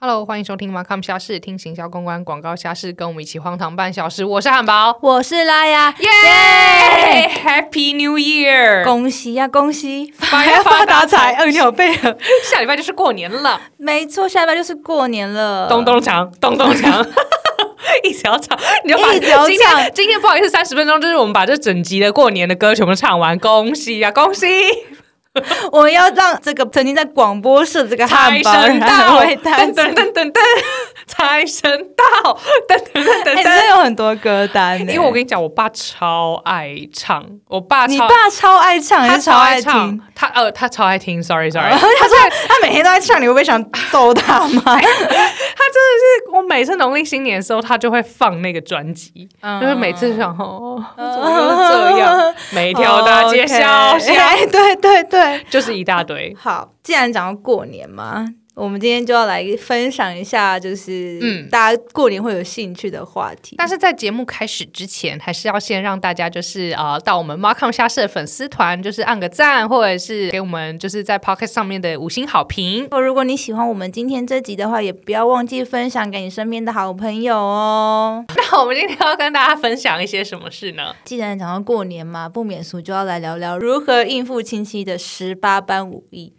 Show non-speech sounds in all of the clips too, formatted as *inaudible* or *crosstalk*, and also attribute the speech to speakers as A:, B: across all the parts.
A: Hello，欢迎收听《马康虾事》，听行销公关广告虾事，跟我们一起荒唐半小时。我是汉堡，
B: 我是拉呀，
A: 耶、h a p p y New Year！
B: *laughs* 恭喜呀、恭喜，
A: 发
B: *laughs*
A: 呀发大财
B: 嗯，你有背了，
A: 下礼拜就是过年了，
B: 没错，下礼拜就是过年了，
A: *laughs* 咚咚锵，咚咚锵。 *laughs* 一直要唱，你就把
B: 一直要
A: 今
B: 唱
A: *laughs* 天今天不好意思，三十分钟就是我们把这整集的过年的歌全部唱完，恭喜呀、恭喜！
B: 我们要让这个曾经在广播社的这个汉
A: 财
B: 堡
A: 神
B: 安
A: 到，
B: 慰大
A: 噔
B: 家。
A: 噔噔噔噔，财神到，噔噔噔噔
B: 哎、你
A: 噔
B: 真。的有很多歌单呢、
A: 因为我跟你讲，我爸超爱唱，我爸超
B: 你爸超爱唱，还
A: 啊他
B: 是
A: 超
B: 爱
A: 爱
B: 听？
A: 唱，他呃他超爱听，sorry *laughs* sorry，
B: 他说他每天都在唱，你会不会想揍他 *laughs* 吗？
A: 他真的是我每次农历新年的时候，他就会放那个专辑，
B: 嗯
A: 就是每次想哦，怎么又这样，每条大街
B: 哦
A: 小
B: *laughs* ，OK
A: 巷
B: 哎对对对。
A: 就是一大堆，
B: 好，既然讲到过年嘛，我们今天就要来分享一下，就是
A: 嗯
B: 大家过年会有兴趣的话题。
A: 但是在节目开始之前，还是要先让大家就是呃到我们 Markham 虾社粉丝团，就是按个赞，或者是给我们就是在 Pocket 上面的五星好评。 *laughs*
B: 哦，如果你喜欢我们今天这集的话，也不要忘记分享给你身边的好朋友哦。
A: 那我们今天要跟大家分享一些什么事呢？
B: 既然讲到过年嘛，不免俗就要来聊聊如何应付亲戚的十八般武艺。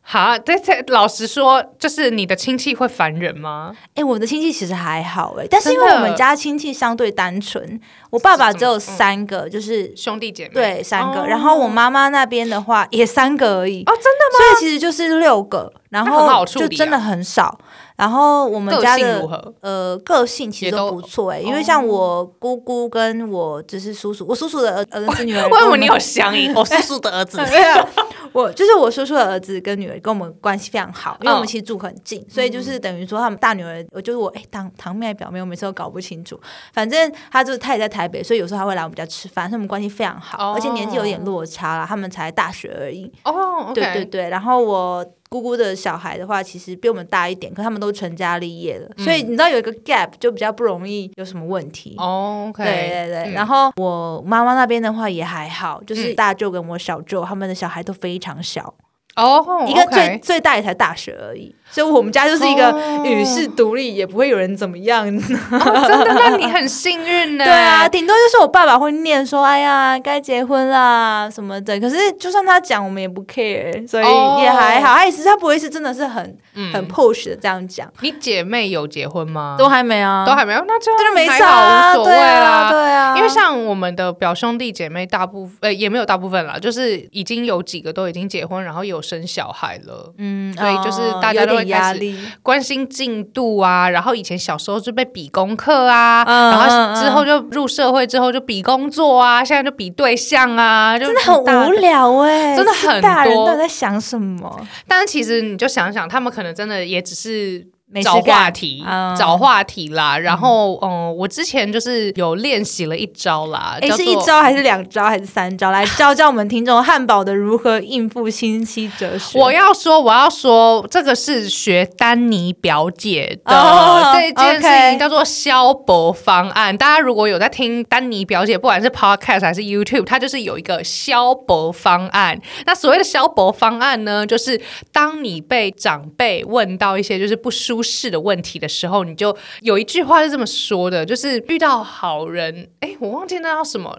A: 好，这这老实说，就是你的亲戚会烦人吗？
B: 哎，我的亲戚其实还好哎，但是因
A: 真
B: 为
A: 的
B: 我们家亲戚相对单纯，我爸爸只有
A: 是怎么
B: 三个，就是
A: 兄弟姐妹？
B: 对三个，
A: 哦
B: 然后我妈妈那边的话也三个而已，
A: 哦，真的
B: 所以其实就是六个，然
A: 那很好
B: 后
A: 处
B: 就
A: 理啊
B: 真的很少。然后我们
A: 个
B: 家
A: 性
B: 的
A: 如何？
B: 呃，个性其
A: 也
B: 实都
A: 都
B: 不错哎、
A: 哦
B: 因为像我姑姑跟我就是叔叔，我叔叔的儿儿子女儿，
A: *laughs* 为什
B: *laughs* 跟我
A: 么
B: 们
A: 你有乡音？我叔叔的儿 *laughs* 子
B: 没有，我就是我叔叔的儿子跟女儿跟我们关系非常好，因为我们
A: 嗯
B: 其实住很近，所以就是等于说他们大女儿，我就是我哎、堂堂妹表妹，我每次都搞不清楚。反正她就是她也在台北，所以有时候她会来我们家吃饭，所以我们关系非常好，
A: 哦
B: 而且年纪有点落差啦，他们才大学而已。 *laughs*
A: 哦，
B: 对对对，然后我姑姑的小孩的话，其实比我们大一点，可他们都成家立业
A: 嗯
B: 了，所以你知道有一个 gap 就比较不容易有什么问题。
A: 哦，OK，
B: 对对
A: 嗯
B: 对，然后我妈妈那边的话也还好，就是
A: 嗯
B: 大舅跟我小舅他们的小孩都非常小，
A: 哦，
B: 一个
A: OK
B: 最最大也才大学而已，所以我们家就是一个
A: 哦
B: 与世独立，也不会有人怎么样。
A: 哦真的，那你很幸运 *laughs* 呢。
B: 对啊，，顶多就是我爸爸会念说：“哎呀，该结婚啦什么的。”可是就算他讲，我们也不 care，所以
A: 哦
B: 也还好。他也是他不会是真的是很、很 push 的这样讲，
A: 你姐妹有结婚吗？
B: 都还没啊，
A: 都还没有，那这样
B: 就是没
A: 还
B: 少啊，
A: 好，无所谓
B: 对啊，
A: 啦。
B: 对啊，
A: 因为像我们的表兄弟姐妹，大部分呃也没有大部分啦，就是已经有几个都已经结婚，然后有生小孩了。
B: 嗯，
A: 所以就是大家
B: 哦有
A: 都会
B: 点压
A: 开始
B: 力。
A: 关心进度啊，然后以前小时候就被比功课啊，
B: 嗯
A: 然后之后就入社会之后就比工作啊，现在就比对象啊，就
B: 真的很
A: 大
B: 无。聊哎、
A: 真的
B: 是
A: 很
B: 大人
A: 多
B: 到底在想什么？
A: 但是其实你就想想，他们可能真的也只是
B: 没事
A: 找
B: 干
A: 话题，
B: 嗯
A: 找话题啦。然后，嗯，我之前就是有练习了一招啦，
B: 哎、
A: 叫
B: 是
A: 做
B: 一招还是两招还是三招？来教教我们听众汉堡的如何应付新期哲学。
A: 我要说，我要说，这个是学丹尼表姐的、
B: 哦
A: 这件事
B: OK
A: 情叫做消博方案。大家如果有在听丹尼表姐，不管是 podcast 还是 YouTube，它就是有一个消博方案。那所谓的消博方案呢，就是当你被长辈问到一些就是不舒适的问题的时候，你就有一句话是这么说的，就是遇到好人，哎，我忘记那叫什么。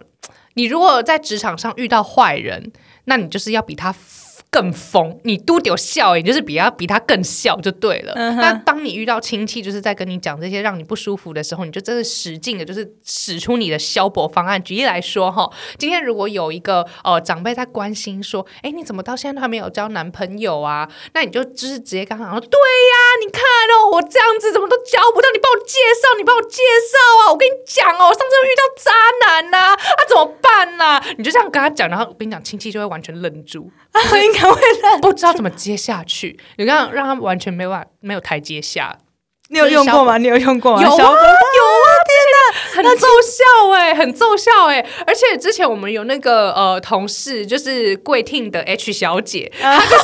A: 你如果在职场上遇到坏人，那你就是要比他 f- 更疯，你嘟丢笑，你就是比他比他更笑就对了。
B: 嗯哼
A: 那当你遇到亲戚，就是在跟你讲这些让你不舒服的时候，你就真的使劲的，就是使出你的消薄方案。举例来说，哈，今天如果有一个呃长辈在关心说，哎，你怎么到现在都还没有交男朋友啊？那你就就是直接跟他讲说，对呀、你看哦，我这样子怎么都交不到，你帮我介绍，你帮我介绍啊！我跟你讲哦，我上次又遇到渣男呐、啊，怎么办呐、你就这样跟他讲，然后我跟你讲，亲戚就会完全愣住，
B: 我 *laughs* 应该会让
A: 不知道怎么接下去，你让让他完全没办法没有台阶下。
B: 你有用过吗？你有用过
A: *laughs*
B: 吗？
A: 有啊
B: 小
A: 有
B: 狗
A: 啊， *laughs* 很奏效哎、很奏效哎、而且之前我们有那个呃同事，就是贵听的 H 小 *laughs* 姐，她就是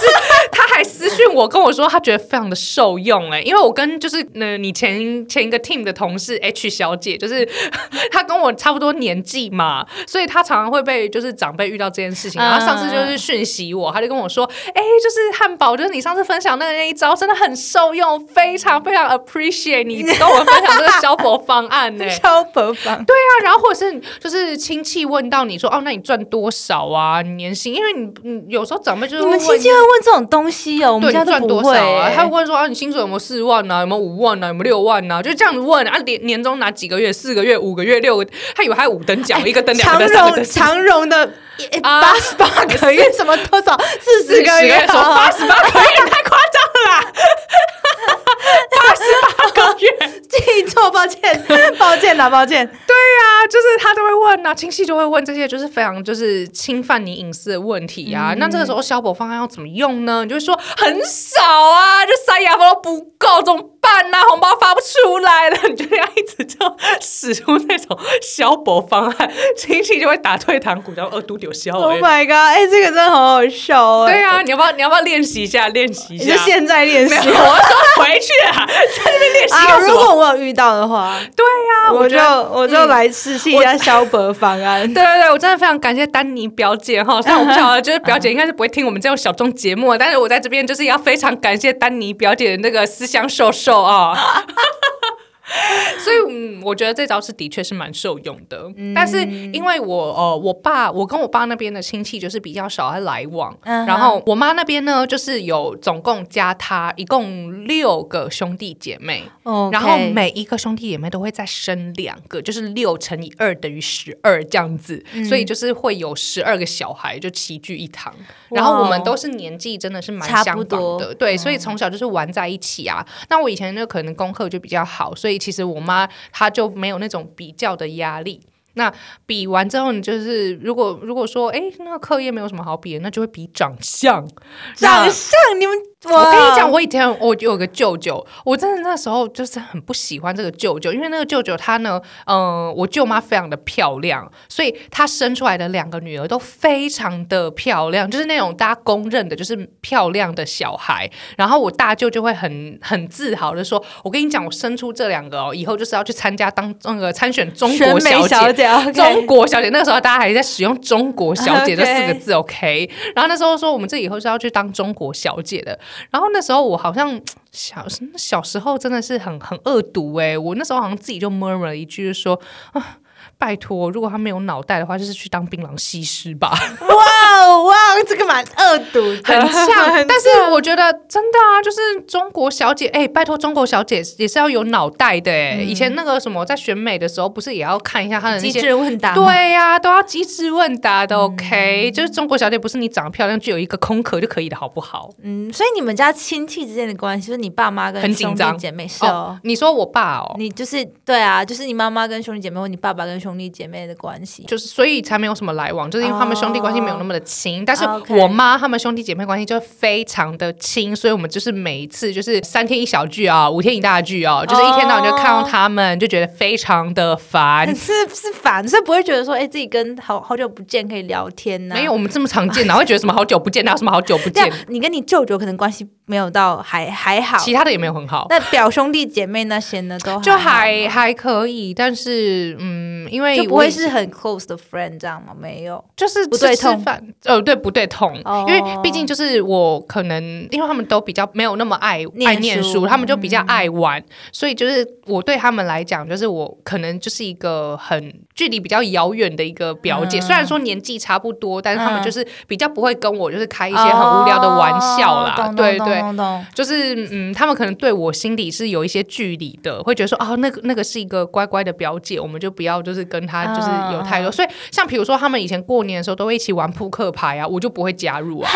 A: 她还私讯我跟我说，她觉得非常的受用哎、因为我跟就是呃你前前一个 team 的同事 H 小姐，就是 *laughs* 她跟我差不多年纪嘛，所以她常常会被就是长辈遇到这件事情，然后她上次就是讯息我，她就跟我说，哎、就是汉堡，就是你上次分享那个那一招真的很受用，非常非常 appreciate 你跟我分享这个消薄方案
C: *laughs*
A: 呢、
B: 超婆房。
A: 对啊，然后或者是就是亲戚问到你说哦，那你赚多少啊？你年薪？因为你你有时候长辈就是
C: 你
A: 会
C: 们
A: 问
C: 亲戚会问这种东西哦，我们
A: 对你
C: 家都
A: 赚
C: 不
A: 多
C: 会
A: 少啊？
C: 欸。
A: 他会问说啊，你薪水有没有四万啊？有没有五万啊？有没有六万啊？就这样子问啊，年年终拿几个月？四个月、五个月、六个？他以为他五等奖，
C: 哎
A: 一个等两
B: 长
A: 个等 *laughs* 三个
B: 荣
A: 等四
B: 长荣的
A: 啊
B: 八十八
A: *laughs*
B: 个月什么多少四
A: 四
B: 十
A: 个
B: 个
A: 月哦
B: 月
A: 说八十八个 *laughs* 月，太夸张了 *laughs* 啦！八十八个月。
B: 记错，抱歉， *laughs* 抱歉啦，
A: *laughs*
B: 抱歉。
A: 啊，就是他都会问呐、啊，亲戚就会问这些，就是非常就是侵犯你隐私的问题啊。那这个时候消保方案要怎么用呢？你就会说很少啊，就塞牙缝都不够，怎么办呢、红包发不出来了， *laughs* 你就要一直这样使出那种消保方案，亲戚就会打退堂鼓，然后二度丢消
B: Oh
A: 而已。
B: my god！哎、这个真的好好笑哎、
A: 对啊，你要不要你要不要练习一下？练习一
B: 你就
A: 下。
B: 现在练习
A: 没有， *laughs* 我要说回去啊，在那边练习
B: 啊！
A: 干什
B: 如
A: 么？
B: 果我有遇到的话，
A: 对呀、啊，
B: 我
A: 我觉
B: 就
A: 得
B: 我就来试试一下消博方案。
A: 对对对，我真的非常感谢丹妮表姐哈，虽然我不晓得，就是表
B: *laughs*
A: 姐应该是不会听我们这种小众节目，但是我在这边就是要非常感谢丹妮表姐的那个思乡瘦瘦啊。
B: *laughs*
A: 所以，嗯，我觉得这招是的确是蛮受用的，
B: 嗯
A: 但是因为我呃，我爸，我跟我爸那边的亲戚就是比较少在来往，
B: 嗯哼
A: 然后我妈那边呢，就是有总共加她一共六个兄弟姐妹，
B: 哦
A: 然后每一个兄弟姐妹都会再生两个，就是六乘以二等于十二这样子，
B: 嗯
A: 所以就是会有十二个小孩就齐聚一堂。然后我
B: 哇
A: 们
B: 哦
A: 都是年纪真的是蛮
B: 差
A: 相
B: 不
A: 仿
B: 多嗯
A: 的，对，所以从小就是玩在一起啊。那我以前就可能功课就比较好，所以其实我妈她就没有那种比较的压力。那比完之后，你就是如果如果说，哎，那个课业没有什么好比的，那就会比长相。那
B: 长相，你们我
A: 我跟你讲，，我以前我有个舅舅，我真的那时候就是很不喜欢这个舅舅，因为那个舅舅他呢，嗯、我舅妈非常的漂亮，所以她生出来的两个女儿都非常的漂亮，就是那种大家公认的就是漂亮的小孩。然后我大舅就会很很自豪的说：“我跟你讲，我生出这两个哦，以后就是要去参加当那个、参选中
B: 选
A: 国
B: 美
A: 小姐。
B: 小姐
A: *laughs*
B: ，OK，
A: 中国小姐，那个时候大家还在使用“中国小姐”
B: OK
A: 这四个字，OK。然后那时候说我们这以后是要去当中国小姐的。然后那时候我好像小小时候真的是很很恶毒哎、我那时候好像自己就 murmur 了一句，就说啊。拜托，如果他没有脑袋的话，就是去当槟榔西施
B: *laughs*
A: 吧，
B: 哇哦哇哦，这个蛮恶毒的，
A: 很像
B: 很。
A: 但是我觉得真的啊，就是中国小姐，哎、拜托，中国小姐也是要有脑袋的、哎、
B: 嗯
A: 以前那个什么，在选美的时候，不是也要看一下她的那
B: 机
A: 些
B: 智问答，，嗯
A: 对呀、都要机智问答的。OK，、就是中国小姐不是你长得漂亮，就有一个空壳就可以的，好不好？
B: 嗯，所以你们家亲戚之间的关系，就是你爸妈
A: 很
B: 跟
A: 紧
B: 兄
A: 张
B: 弟姐妹是哦。
A: 你说我爸哦，
B: 你就是对啊，就是你妈妈跟兄弟姐妹，或你爸爸跟兄弟姐妹的关系。
A: 就是所以才没有什么来往，就是因为他们兄弟关系没有那么的亲。但是
B: 哦啊 OK
A: 我妈他们兄弟姐妹关系就非常的亲，所以我们就是每一次就是三天一小聚啊，五天一大聚
B: 哦
A: 啊，就是一天到晚就看到他们，就觉得非常的
B: *laughs*
A: 烦。
B: 是是烦，所以不会觉得说，哎、自己跟好好久不见可以聊天呐、
A: 没有，我们这么常见，哪会觉得什么好久不见，哪有什么好久不
B: 这
A: 见
B: *laughs* 样？，你跟你舅舅可能关系没有到还还好，
A: 其他的也没有很好。
B: 那表兄弟姐妹那些呢，都
A: 就
B: 还
A: 还还可以，但是嗯，因为
B: 哦好就不
A: 我
B: 会
A: 以前
B: 是很 close 的 friend 这样吗？没有，
A: 就是
B: 不对
A: 吃吃
B: 痛
A: 饭，呃，对，不对痛，
B: 哦
A: 因为毕竟就是我可能，因为他们都比较没有那么爱
B: 念
A: 爱念
B: 书嗯
A: 书，他们就比较爱玩，所以就是我对他们来讲，就是我可能就是一个很距离比较遥远的一个表姐，虽然说年纪差不多，但是他们
B: 嗯
A: 就是比较不会跟我就是开一些很无聊的玩笑啦，
B: 哦懂
A: 对
B: 懂
A: 对。
B: 懂懂懂
A: 就是嗯，他们可能对我心里是有一些距离的，会觉得说啊，那个那个是一个乖乖的表姐，我们就不要就是跟她
B: 啊
A: 就是有太多。所以像比如说他们以前过年的时候都会一起玩扑克牌啊，我就不会加入啊。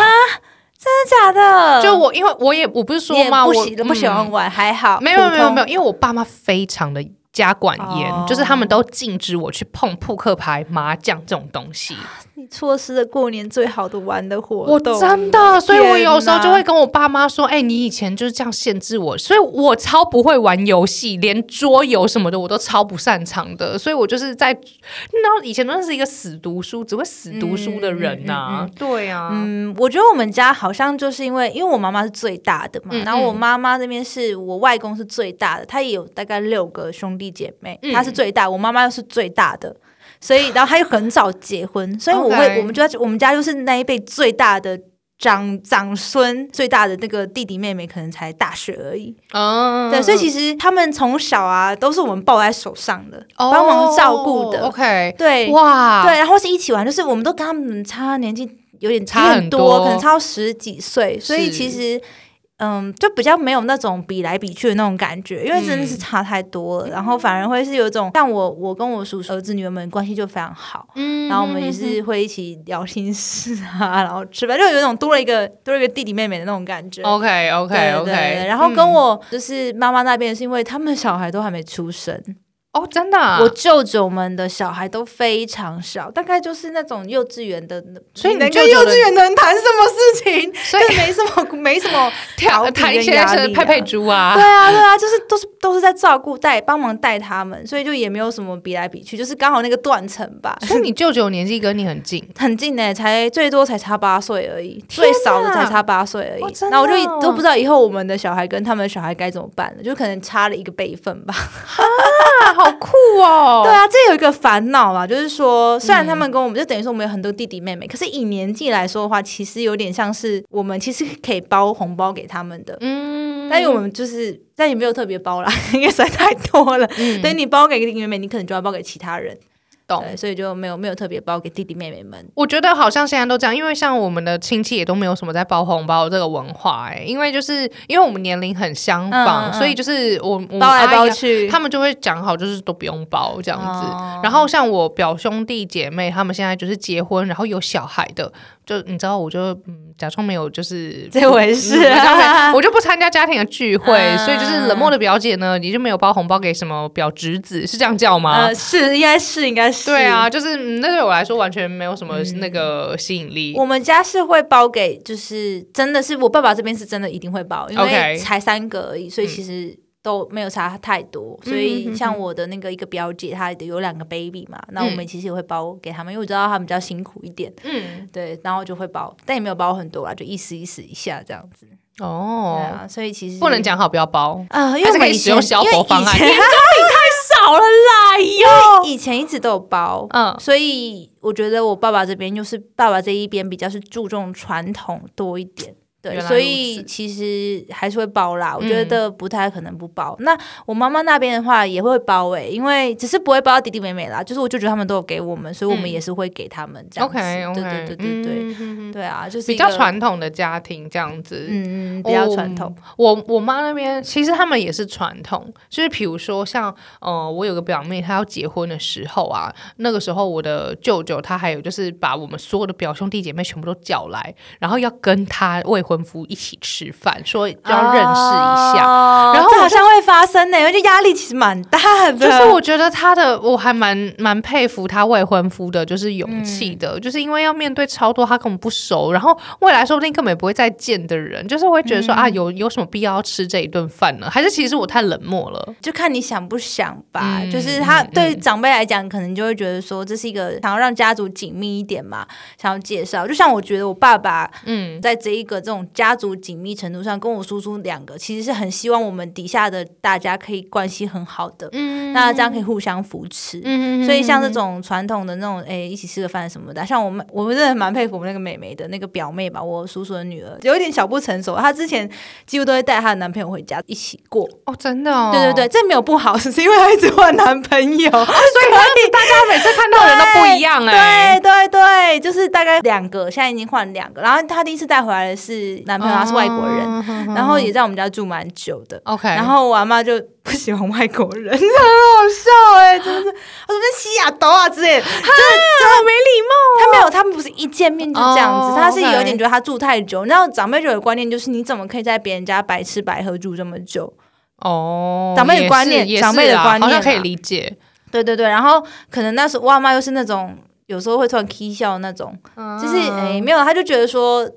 B: 真的假的？
A: 就我因为我也我不是
B: 你
A: 说
B: 也
A: 嘛，
B: 不
A: 我
B: 喜不喜欢
A: 嗯
B: 玩，还好，
A: 没有没有没有，
B: 有，
A: 因为我爸妈非常的。家管严，
B: 哦
A: 就是他们都禁止我去碰扑克牌、麻将这种东西。
B: 你错失了过年最好的玩的活
A: 我
B: 动。
A: 真的，所以我有时候就
B: 天哪
A: 会跟我爸妈说：“哎、你以前就是这样限制我，所以我超不会玩游戏，连桌游什么的我都超不擅长的。所以我就是在，那以前真的是一个死读书，只会死读书的人呐、
B: 嗯嗯嗯
A: 对啊，
B: 嗯，我觉得我们家好像就是因为，因为我妈妈是最大的嘛，
A: 嗯
B: 然后我
A: 嗯
B: 妈妈那边是我外公是最大的，他也有大概六个兄弟姐妹，
A: 嗯
B: 他是最大，我妈妈又是最大的，所以然后他又很早结婚，所以我
A: OK
B: 会我们就在我们家就是那一辈最大的长长孙，最大的那个弟弟妹妹可能才大学而已，
A: 嗯
B: 对，所以其
A: 实
B: 实他们从小啊都是我们抱在手上的，帮忙照顾的，
A: OK，
B: 对，
A: 哇，
B: 对，然后是一起玩，就是我们都跟他们差年纪有点
A: 差
B: 有点
A: 很
B: 多，
A: 多
B: 可能差到十几岁，所以
A: 是
B: 其实。嗯，就比较没有那种比来比去的那种感觉，因为真的是
A: 嗯
B: 差太多了。然后反而会是有一种，像我，我跟我叔叔儿子女儿们关系就非常好，
A: 嗯
B: 然后我们也是会一起聊心事啊，然后吃饭，就有一种多了一个多了一个弟弟妹妹的那种感觉。
A: OK
B: 对
A: OK
B: 对
A: OK，
B: 对
A: 嗯
B: 然后跟我就是妈妈那边，是因为他们小孩都还没出生，
A: 哦，真的啊、
B: 我舅舅们的小孩都非常小，大概就是那种幼稚园的，
A: 所以你
B: 能
A: 舅
B: 跟
A: 舅
B: 幼
A: 的
B: 稚园的人谈什么事情？
A: 所以 *laughs*
B: 就没什么，没什么
A: 调
B: 调皮
A: 谈一
B: 跟
A: 些
B: 压力啊
A: 是佩佩猪啊
B: 对，啊，对啊，就是都是都是在照顾带帮忙带他们，所以就也没有什么比来比去，就是刚好那个断层吧，
A: 所以你舅舅年纪跟你很近，
B: 很近呢、才最多才差八岁而已，
A: 天
B: 最
A: 哪
B: 少的才差八岁而
A: 哦
B: 已。
A: 真的
B: 然后我就一
A: 哦
B: 都不知道以后我们的小孩跟他们的小孩该怎么办了，就可能差了一个辈分吧。
A: 啊，好酷哦，
B: 对啊，这有一个烦恼啊，就是说，虽然他们跟我们、就等于说我们有很多弟弟妹妹，
A: 嗯
B: 可是以年纪来说的话，其实有点像是我们其实可以包红包给他们的，
A: 嗯
B: 但是我们就是但也没有特别包啦， *laughs* 因为实在太多了。
A: 嗯哦
B: 所以你包给弟弟妹妹，你可能就要包给其他人，
A: 懂。
B: 对，所以就没有没有特别包给弟弟妹妹们。
A: 我觉得好像现在都这样，因为像我们的亲戚也都没有什么在包红包这个文化、哎，因为就是因为我们年龄很相
B: 嗯
A: 仿，
B: 嗯嗯
A: 所以就是我我们
B: 包来
A: 阿姨
B: 包
A: 啊
B: 去，
A: 他们就会讲好，就是都不用包这样子。
B: 哦
A: 然后像我表兄弟姐妹，他们现在就是结婚，然后有小孩的，就你知道，我就嗯假装没有，就是
B: 这回事
A: 嗯假
B: 啊
A: 装没有我就不参加家庭的聚会，
B: *laughs* 嗯
A: 所以就是冷漠的表姐呢，你就没有包红包给什么表侄子，是这样叫吗？
B: 呃是应该是应该是嗯
A: 对啊，。就是、嗯那对我来说完全没有什么那个吸引力。
B: 我们家是会包给，就是真的是我爸爸这边是真的一定会包，因
A: OK
B: 为才三个而已，所以
A: 嗯
B: 其实都没有差太多。所以像我的那个一个表姐，她有两个 baby 嘛，那我们其实也会包给他们，因为我知道他们比较辛苦一点，
A: 嗯，
B: 对，然后就会包，但也没有包很多啦，就意思意思一下这样子。对
A: 哦，
B: 啊，所以其实
A: 不能。讲好不要包，
B: 啊、因为
A: 还是
B: 我
A: 可
B: 们
A: 以
B: 以
A: 使
B: 前
A: 用消薄方案。
B: 因为以前 *laughs*
A: 少了啦 *laughs* 哟。
B: 以前一直都有包，
A: 嗯
B: 所以我觉得我爸爸这边就是爸爸这一边比较是注重传统多一点。对，
A: 原来
B: 所
A: 如
B: 以
A: 此
B: 其实还是会包啦，我
A: 嗯
B: 觉得不太可能不包。那我妈妈那边的话也会包诶、因为只是不会包到弟弟妹妹啦，就是我舅舅他们都有给我们，所以我们
A: 嗯
B: 也是会给他们这样子。
A: OK
B: 对
A: OK，
B: 对对对对、对啊，就
A: 嗯
B: 是
A: 比
B: 一个
A: 较，传哦统的家庭这样子。
B: 嗯嗯，比较传统。
A: 我我妈那边其实他们也是传统，就是比如说像呃，我有个表妹，她要结婚的时候啊，那个时候我的舅舅他还有就是把我们所有的表兄弟姐妹全部都叫来，然后要跟他未婚夫一起吃饭，说要认识一下。
B: 哦
A: 然后
B: 这
A: 我
B: 好
A: 就
B: 像会发生呢、欸因为这压力其实蛮大的。
A: 就是我觉得她的，我还蛮蛮佩服她未婚夫的，就是勇气的，
B: 嗯
A: 就是因为要面对超多她根本不熟，然后未来说不定根本也不会再见的人，就是会觉得
B: 嗯
A: 说、啊，有有什么必要吃这一顿饭呢？还是其实我太冷漠了？
B: 就看你想不想吧。
A: 嗯
B: 就是他
A: 嗯
B: 对
A: 嗯
B: 长辈来讲，可能就会觉得说这是一个想要让家族紧密一点嘛，想要介绍。就像我觉得我爸爸
A: 嗯，
B: 在这一个这种家族紧密程度上，跟我叔叔两个其实是很希望我们底下的大家可以关系很好的，
A: 嗯
B: 那这样可以互相扶持。
A: 嗯
B: 所以像这种传统的那种，诶、一起吃个饭什么的，像我们，我们真的蛮佩服我那个妹妹的那个表妹吧，我叔叔的女儿，有一点小不成熟，她之前几乎都会带她的男朋友回家一起过，
A: 哦，真的哦，
B: 对对对，，这没有不好，只是因为她一直换男朋
A: 所以
B: 友，
A: 大家每次看到的人都不一样哎、
B: 对对对，就是大概两个，现在已经换两个。然后她第一次带回来的是
A: 哦
B: 男朋友，他是外国人，
A: 人
B: 然后也在我们家住蛮久的。
A: OK，
B: 然后我阿妈就不喜欢外国人， *laughs* 很好笑哎、 *laughs* 真的是，我说那西雅图啊之类的，真的真的没礼貌、啊他没有，他们不是一见面就这样子
A: 哦
B: 他是
A: OK
B: 有点觉得他住太久。你知道长辈就有观念，就是你怎么可以在别人家白吃白喝住这么久？
A: 哦，
B: 长辈的
A: 也是
B: 观念
A: 也是
B: 长辈的
A: 啦
B: 观
A: 好像
B: 念啊
A: 可以
B: 啦
A: 理解，
B: 对对对，然后可能那时候我阿妈又是那种有时候会突然 k 笑那种，
A: 嗯
B: 就是哎、没有，他就觉得说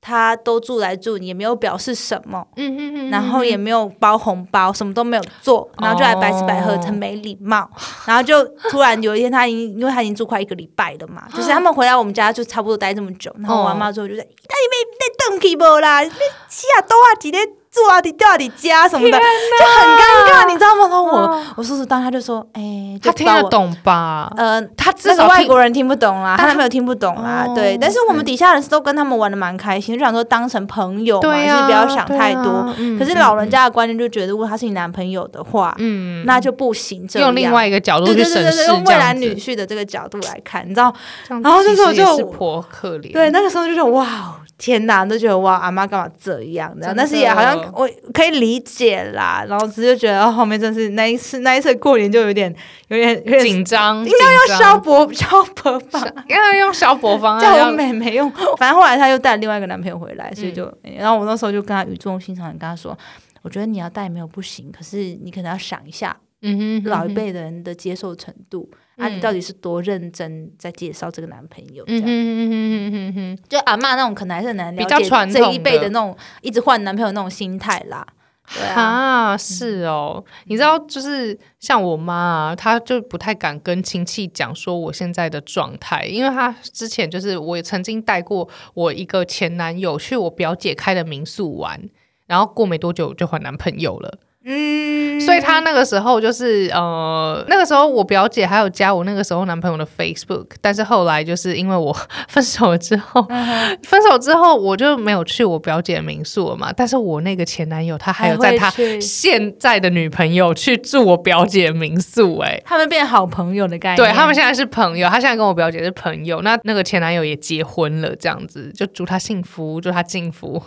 B: 他都住来住，你也没有表示什么，
A: 嗯嗯嗯，
B: 然后也没有包红包，什么都没有做，然后就来白吃白喝，
A: 哦
B: 很没礼貌。然后就突然有一天，他已经因为他已经住快一个礼拜了嘛，就是他们回来我们家就差不多待这么久。然后我阿
A: 哦
B: 妈之后就在，那你没在邓 k 不啦，你吃啊都啊几天住啊你掉啊你家什么的，就很尴尬，你知道吗？然后我我叔叔当他就说，哎，就
A: 哦他听得
B: 把我，
A: 懂吧？
B: 呃，
A: 他至
B: 这个
A: 少
B: 外
A: 听
B: 国人听不懂啦，
A: 但
B: 他没有听不懂啦，
A: 哦
B: 对。但是我们底下人都跟他们玩的蛮开心，就想说当成朋友嘛，
A: 对
B: 就是
A: 啊，
B: 不要想
A: 对
B: 太
A: 啊
B: 多。。
A: 嗯
B: 可是老人，家的观念就觉得，如果他是你男朋友的话，
A: 嗯，嗯
B: 那就不行这样。
A: 用另外一个角度
B: 对
A: 去
B: 对对
A: 审
B: 对
A: 视这
B: 对，用
A: 样
B: 未来女
A: 子，
B: 婿的这个角度来看，你知道？
A: 这样
B: 然后
A: 其
B: 那时候
A: 实也
B: 就是我
A: 颇可怜。
B: 对，那个时候就觉得哇，天哪，都觉得哇，阿妈干嘛这样？这
A: 真
B: 样，
A: 的
B: 但是也好像我可以理解啦。然后只是就觉得哦，后面真是那一次那一次过年就有点有点有点
A: 紧张，应
B: 要消薄消薄吧。
A: *laughs* 要用消博方案，
B: 叫
A: 要
B: 我妹妹用， *laughs* 反正后来她又带了另外一个男朋友回来，
A: 嗯
B: 所以就，然后我那时候就跟她语重心长地跟她说，我觉得你要带没有不行，可是你可能要想一下
A: 嗯哼，嗯哼
B: 老一，辈的人的接受程度，啊，
A: 嗯
B: 你到底是多认真在介绍这个男朋友，这
A: 嗯
B: 样、
A: 哼嗯哼嗯哼嗯哼。
B: 就阿嬷那种可能还是很难了
A: 比较传
B: 解
A: 统的
B: 这一辈的那种一直换男朋友那种心态啦，对啊，
A: 啊，是哦，你知道，就是像我妈、啊，她就不太敢跟亲戚讲说我现在的状态，因为她之前就是我也曾经带过我一个前男友去我表姐开的民宿玩，然后过没多久就换男朋友了。
B: 嗯，
A: 所以她那个时候就是呃，那个时候我表姐还有加我那个时候男朋友的 Facebook，但是后来就是因为我分手了之后，
B: 嗯哼。
A: 分手之后我就没有去我表姐的民宿了嘛，但是我那个前男友他还有在
B: 会
A: 他
B: 去
A: 现在的女朋友去住我表姐民宿、欸，
B: 他们变好朋友的概念，
A: 对他们现在是朋友，他现在跟我表姐是朋友，那那个前男友也结婚了，这样子就祝他幸福，祝他幸
B: *laughs*
A: 福。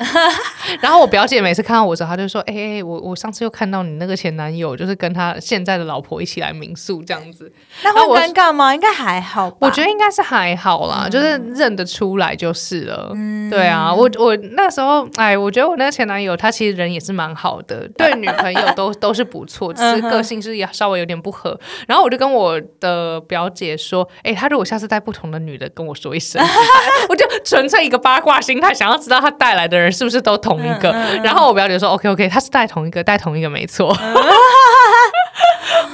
A: 然后我表姐每次看到我的时候，她就说：“哎、欸、哎，我我上次又看到你那个前男友，就是跟他现在的老婆一起来民宿这样子。”
B: 那
A: 那我
B: 会尴尬吗？应该还好吧。
A: 我觉得应该是还好啦，就是认得出来就是了。对啊，我我那时候，哎，我觉得我那个前男友他其实人也是蛮好的，对女朋友都都是不错，只是个性是也稍微有点不合。然后我就跟我的表姐说，哎，他如果下次带不同的女的跟我说一声， *laughs* 我就纯粹一个八卦心态，想要知道他带来的人是不是都同一个。然后我表姐说，OK OK，他是带同一个，带同一个没错， *laughs*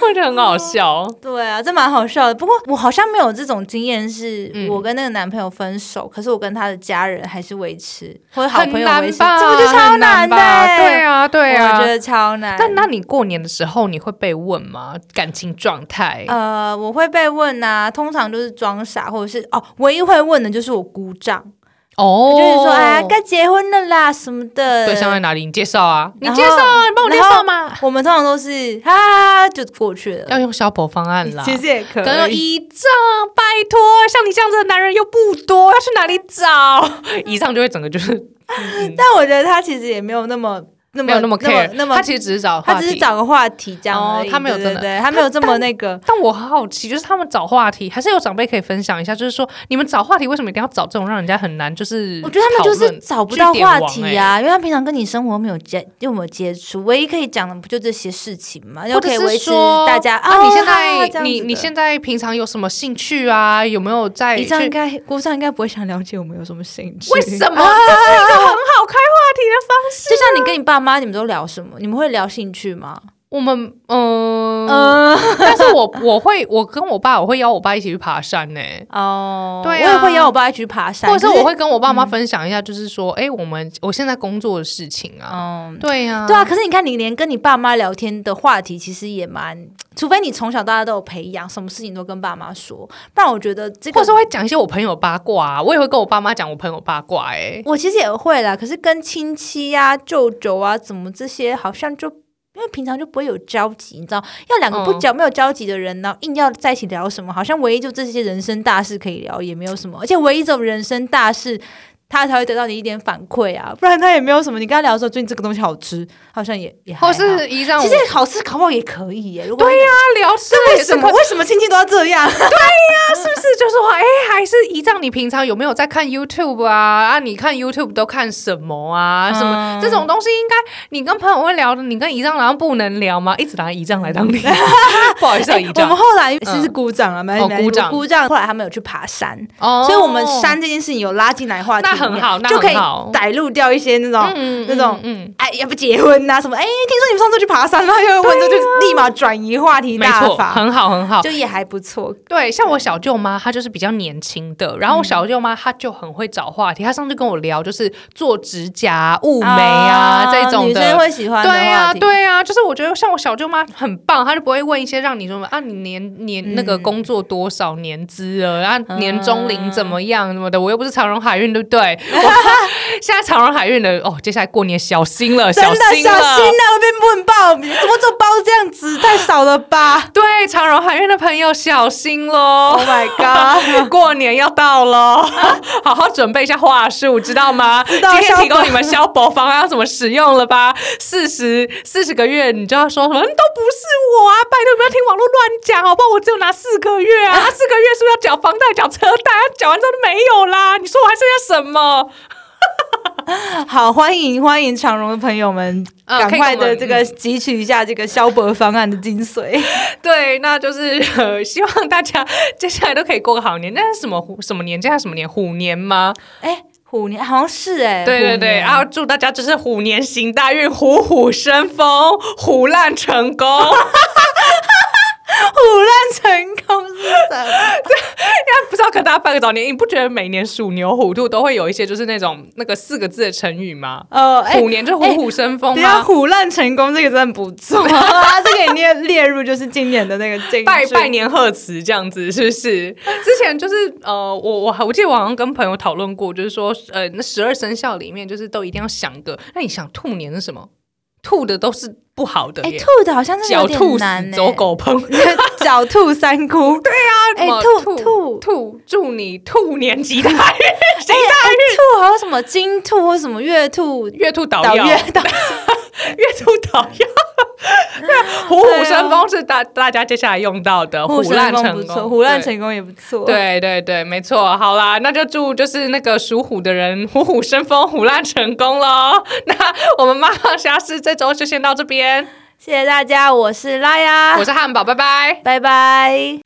A: 我觉得很好笑。
B: 对啊，这蛮好笑的。不过我好像没有这种经验，是
A: 嗯
B: 我跟那个男朋友分手，可是我跟他的家人还是维持，或者好
A: 很
B: 朋
A: 难
B: 友维持，
A: 吧？
B: 这不就超
A: 很难
B: 的、
A: 吧？对，啊，对
B: 我觉
A: 啊。
B: 得超难。
A: 但那你过年的时候，你会被问吗？感情状态？
B: 呃，我会被问啊，通常都是装傻，或者是哦，唯一会问的就是我姑丈，
A: 哦
B: 就是说哎呀，该结婚了啦什么的。
A: 对象在哪里？你介绍啊，你
B: 然后
A: 介绍啊，你帮我介绍嘛。
B: 我们通常都是哈哈哈就过去
A: *laughs*
B: 了。
A: 要用小宝方案啦。
B: 其实呃也可
A: 刚刚
B: 以，
A: 一丈，拜托，像你这样子的男人又不多，要去哪里
B: 嗯
A: 找？以上就会整个就是
B: 但我觉得他其实也没有那么那么
A: 没有那么 care，
B: 那么
A: 他其实只是找话
B: 他
A: 题，
B: 只是找个话题这样而已，
A: 哦他没有
B: 对
A: 真
B: 对
A: 的
B: 对，他没有这么那个。
A: 但我很好奇，就是他们找话题，还是有长辈可以分享一下，就是说你们找话题为什么一定要找这种让人家很难？就是
B: 我觉得他们就是找不到话题
A: 呀、
B: 啊，因为他平常跟你生活没有接又没有接触，唯一可以讲的不就这些事情嘛，又
A: 或者
B: 可以
A: 是
B: 维持
A: 说
B: 大家
A: 啊，你现
B: 哦哈哈
A: 在
B: 这样
A: 你
B: 子
A: 你
B: 的
A: 现在平常有什么兴趣啊？有没有在
B: 你这样
A: 去
B: 应该姑丈应该不会想了解我们有什么兴趣，
A: 为什
B: 就
A: 么？这是一个很好开话题的方式。
B: 像你跟你爸妈，你们都聊什么？你们会聊兴趣吗？
A: *laughs* 我们嗯，
B: 嗯，
A: 但是我我会我跟我爸，我会邀我爸一起去爬山呢、
B: 哦，
A: 对
B: 我也
A: 啊
B: 会邀我爸去爬山，
A: 或者
B: 可
A: 是我会跟我爸
B: 嗯
A: 妈分享一下，就是说，哎、我们我现在工作的事情啊，
B: 嗯，
A: 对呀、
B: 对啊，可是你看，你连跟你爸妈聊天的话题，其实也蛮，除非你从小到大都有培养，什么事情都跟爸妈说，不然我觉得这个，
A: 或者是会讲一些我朋友八卦、啊，我也会跟我爸妈讲我朋友八卦、欸。
B: 我其实也会啦，可是跟亲戚呀、舅舅啊，怎么这些，好像就因为平常就不会有交集，你知道，要两个不
A: 嗯
B: 交、没有交集的人，然后硬要在一起聊什么，好像唯一就这些人生大事可以聊，也没有什么，而且唯一这种人生大事。他才会得到你一点反馈啊，不然他也没有什么。你跟他聊的时候，最近这个东西好吃，好像也也还
A: 或
B: 好
A: 是一让我
B: 其实好吃烤不好也可以耶。如果
A: 对
B: 呀、
A: 他聊是
B: 为什么为什么亲戚都要这样？
A: 他是不是就说哎、还是依仗你平常有没有在看 YouTube 啊？啊，你看 YouTube 都看什么啊？什么、
B: 嗯
A: 这种东西应该你跟朋友会聊的，你跟姨丈难道不能聊吗？一直拿姨丈来
B: *laughs*
A: 当理由，不好意思、啊，姨
B: 我们
A: 丈。
B: 后来其实是鼓掌了，没
A: 哦
B: 没
A: 鼓掌
B: 鼓掌。后来他们有去爬山，
A: 哦
B: 所以我们山这件事情有拉进来话题里
A: 那
B: 面，
A: 很好那
B: 就可以
A: 很好
B: 载入掉一些那种。
A: 嗯
B: 那种
A: 嗯，
B: 哎，要不结婚呐、什么？哎，听说你们上次去爬山了， *laughs* 又问这就立马转移话题
A: 没
B: 大
A: 错，
B: 法，
A: 很好很好。
B: 就也还不错。
A: 对，像我小舅妈，她就是比较年轻的，然后
B: 嗯
A: 我小舅妈她就很会找话题。她上次跟我聊，就是做指甲、雾眉啊
B: 啊
A: 这种
B: 女
A: 的，
B: 生会喜欢的
A: 对呀、
B: 话题
A: 对啊呀、就是我觉得像我小舅妈很棒，她就不会问一些让你什么啊，你年
B: 嗯
A: 年那个工作多少年资了，然、
B: 啊
A: 后、年终领怎么样什么的，我又不是长荣海运，对不对？
B: *laughs*
A: 我现在长荣海运的哦，接下来过年小心了，
B: 真的小
A: 心
B: 心
A: 了。
B: 啊，会被问爆，怎么做包这样子？太少
A: *laughs*
B: 了吧
A: 对，长荣海运的朋友小心喽
B: ！Oh my
A: *laughs*
B: god！
A: 过年要到了， *laughs* 好好准备一下话术， *laughs* 知道吗？
B: 道
A: 今天提
B: 消保
A: 供你们消保方案要怎么使用了吧？四十四十个月，你就要说什么嗯都不是我啊！拜托，不要听网络乱讲，好不好？我只有拿四个月 *laughs* 啊，啊四个月是不是要缴房贷、缴车贷？啊缴完之后就没有啦。你说我还剩下什么？
B: 好，欢迎欢迎长荣的朋友们，
A: 呃
B: 嗯赶
A: 可以
B: 快
A: 跟我
B: 的
A: 们
B: 这个汲取一下这个消博方案的精髓。
A: *laughs* 对，那就是呃，希望大家接下来都可以过个好年。那是什么虎什么年？这样什么年？虎年吗？
B: *laughs* 哎、虎年好像是哎、
A: 对对对，然后祝大家就是虎年行大运，虎虎生风，虎烂成功。
B: 啊虎烂成功是什 *laughs* 么？
A: *laughs* 不知道跟大家拜个早年，你不觉得每年鼠牛虎兔都会有一些就是那种那个四个字的成语吗？
B: 呃，哎、
A: 虎年就虎虎生风
B: 等一下
A: 吗？
B: 虎烂成功这个真的不 *laughs* 错、啊，这个也列列入就是今年的那个这
A: 拜拜年贺词这样子是不是？ *laughs* 之前就是呃，我我我记得我好像跟朋友讨论过，就是说呃，那十二生肖里面就是都一定要想一个。那你想兔年是什么？兔的都是不好的
B: 哎、
A: 耶，
B: 兔的好像是有
A: 狡兔
B: 点
A: 死
B: 难、欸，
A: 走，狗烹。
B: *laughs* 狡兔三窟。对啊，哎、
A: 什么
B: 兔
A: 兔
B: 兔
A: 兔，祝你兔年吉 *laughs* 大运，行
B: 哎、哎兔还有什么金兔或什么月兔？
A: 月 *laughs* 兔捣
B: 倒
A: 药，
B: 月倒
A: 月兔捣药。 *laughs* 对，啊虎虎生风是大大家接下来用到的，
B: *laughs* 生
A: 烂
B: 功
A: 成
B: 不错，
A: 功，
B: 虎烂
A: 对。
B: 成功也不错。
A: 对对对，没错。好啦，那就祝就是那个属虎的人虎虎生风，虎烂成功喽。那我们妈妈虾事这周就先到这边，啊
B: 谢谢大家，我是拉雅，
A: 我是汉堡，拜拜。
B: 拜拜。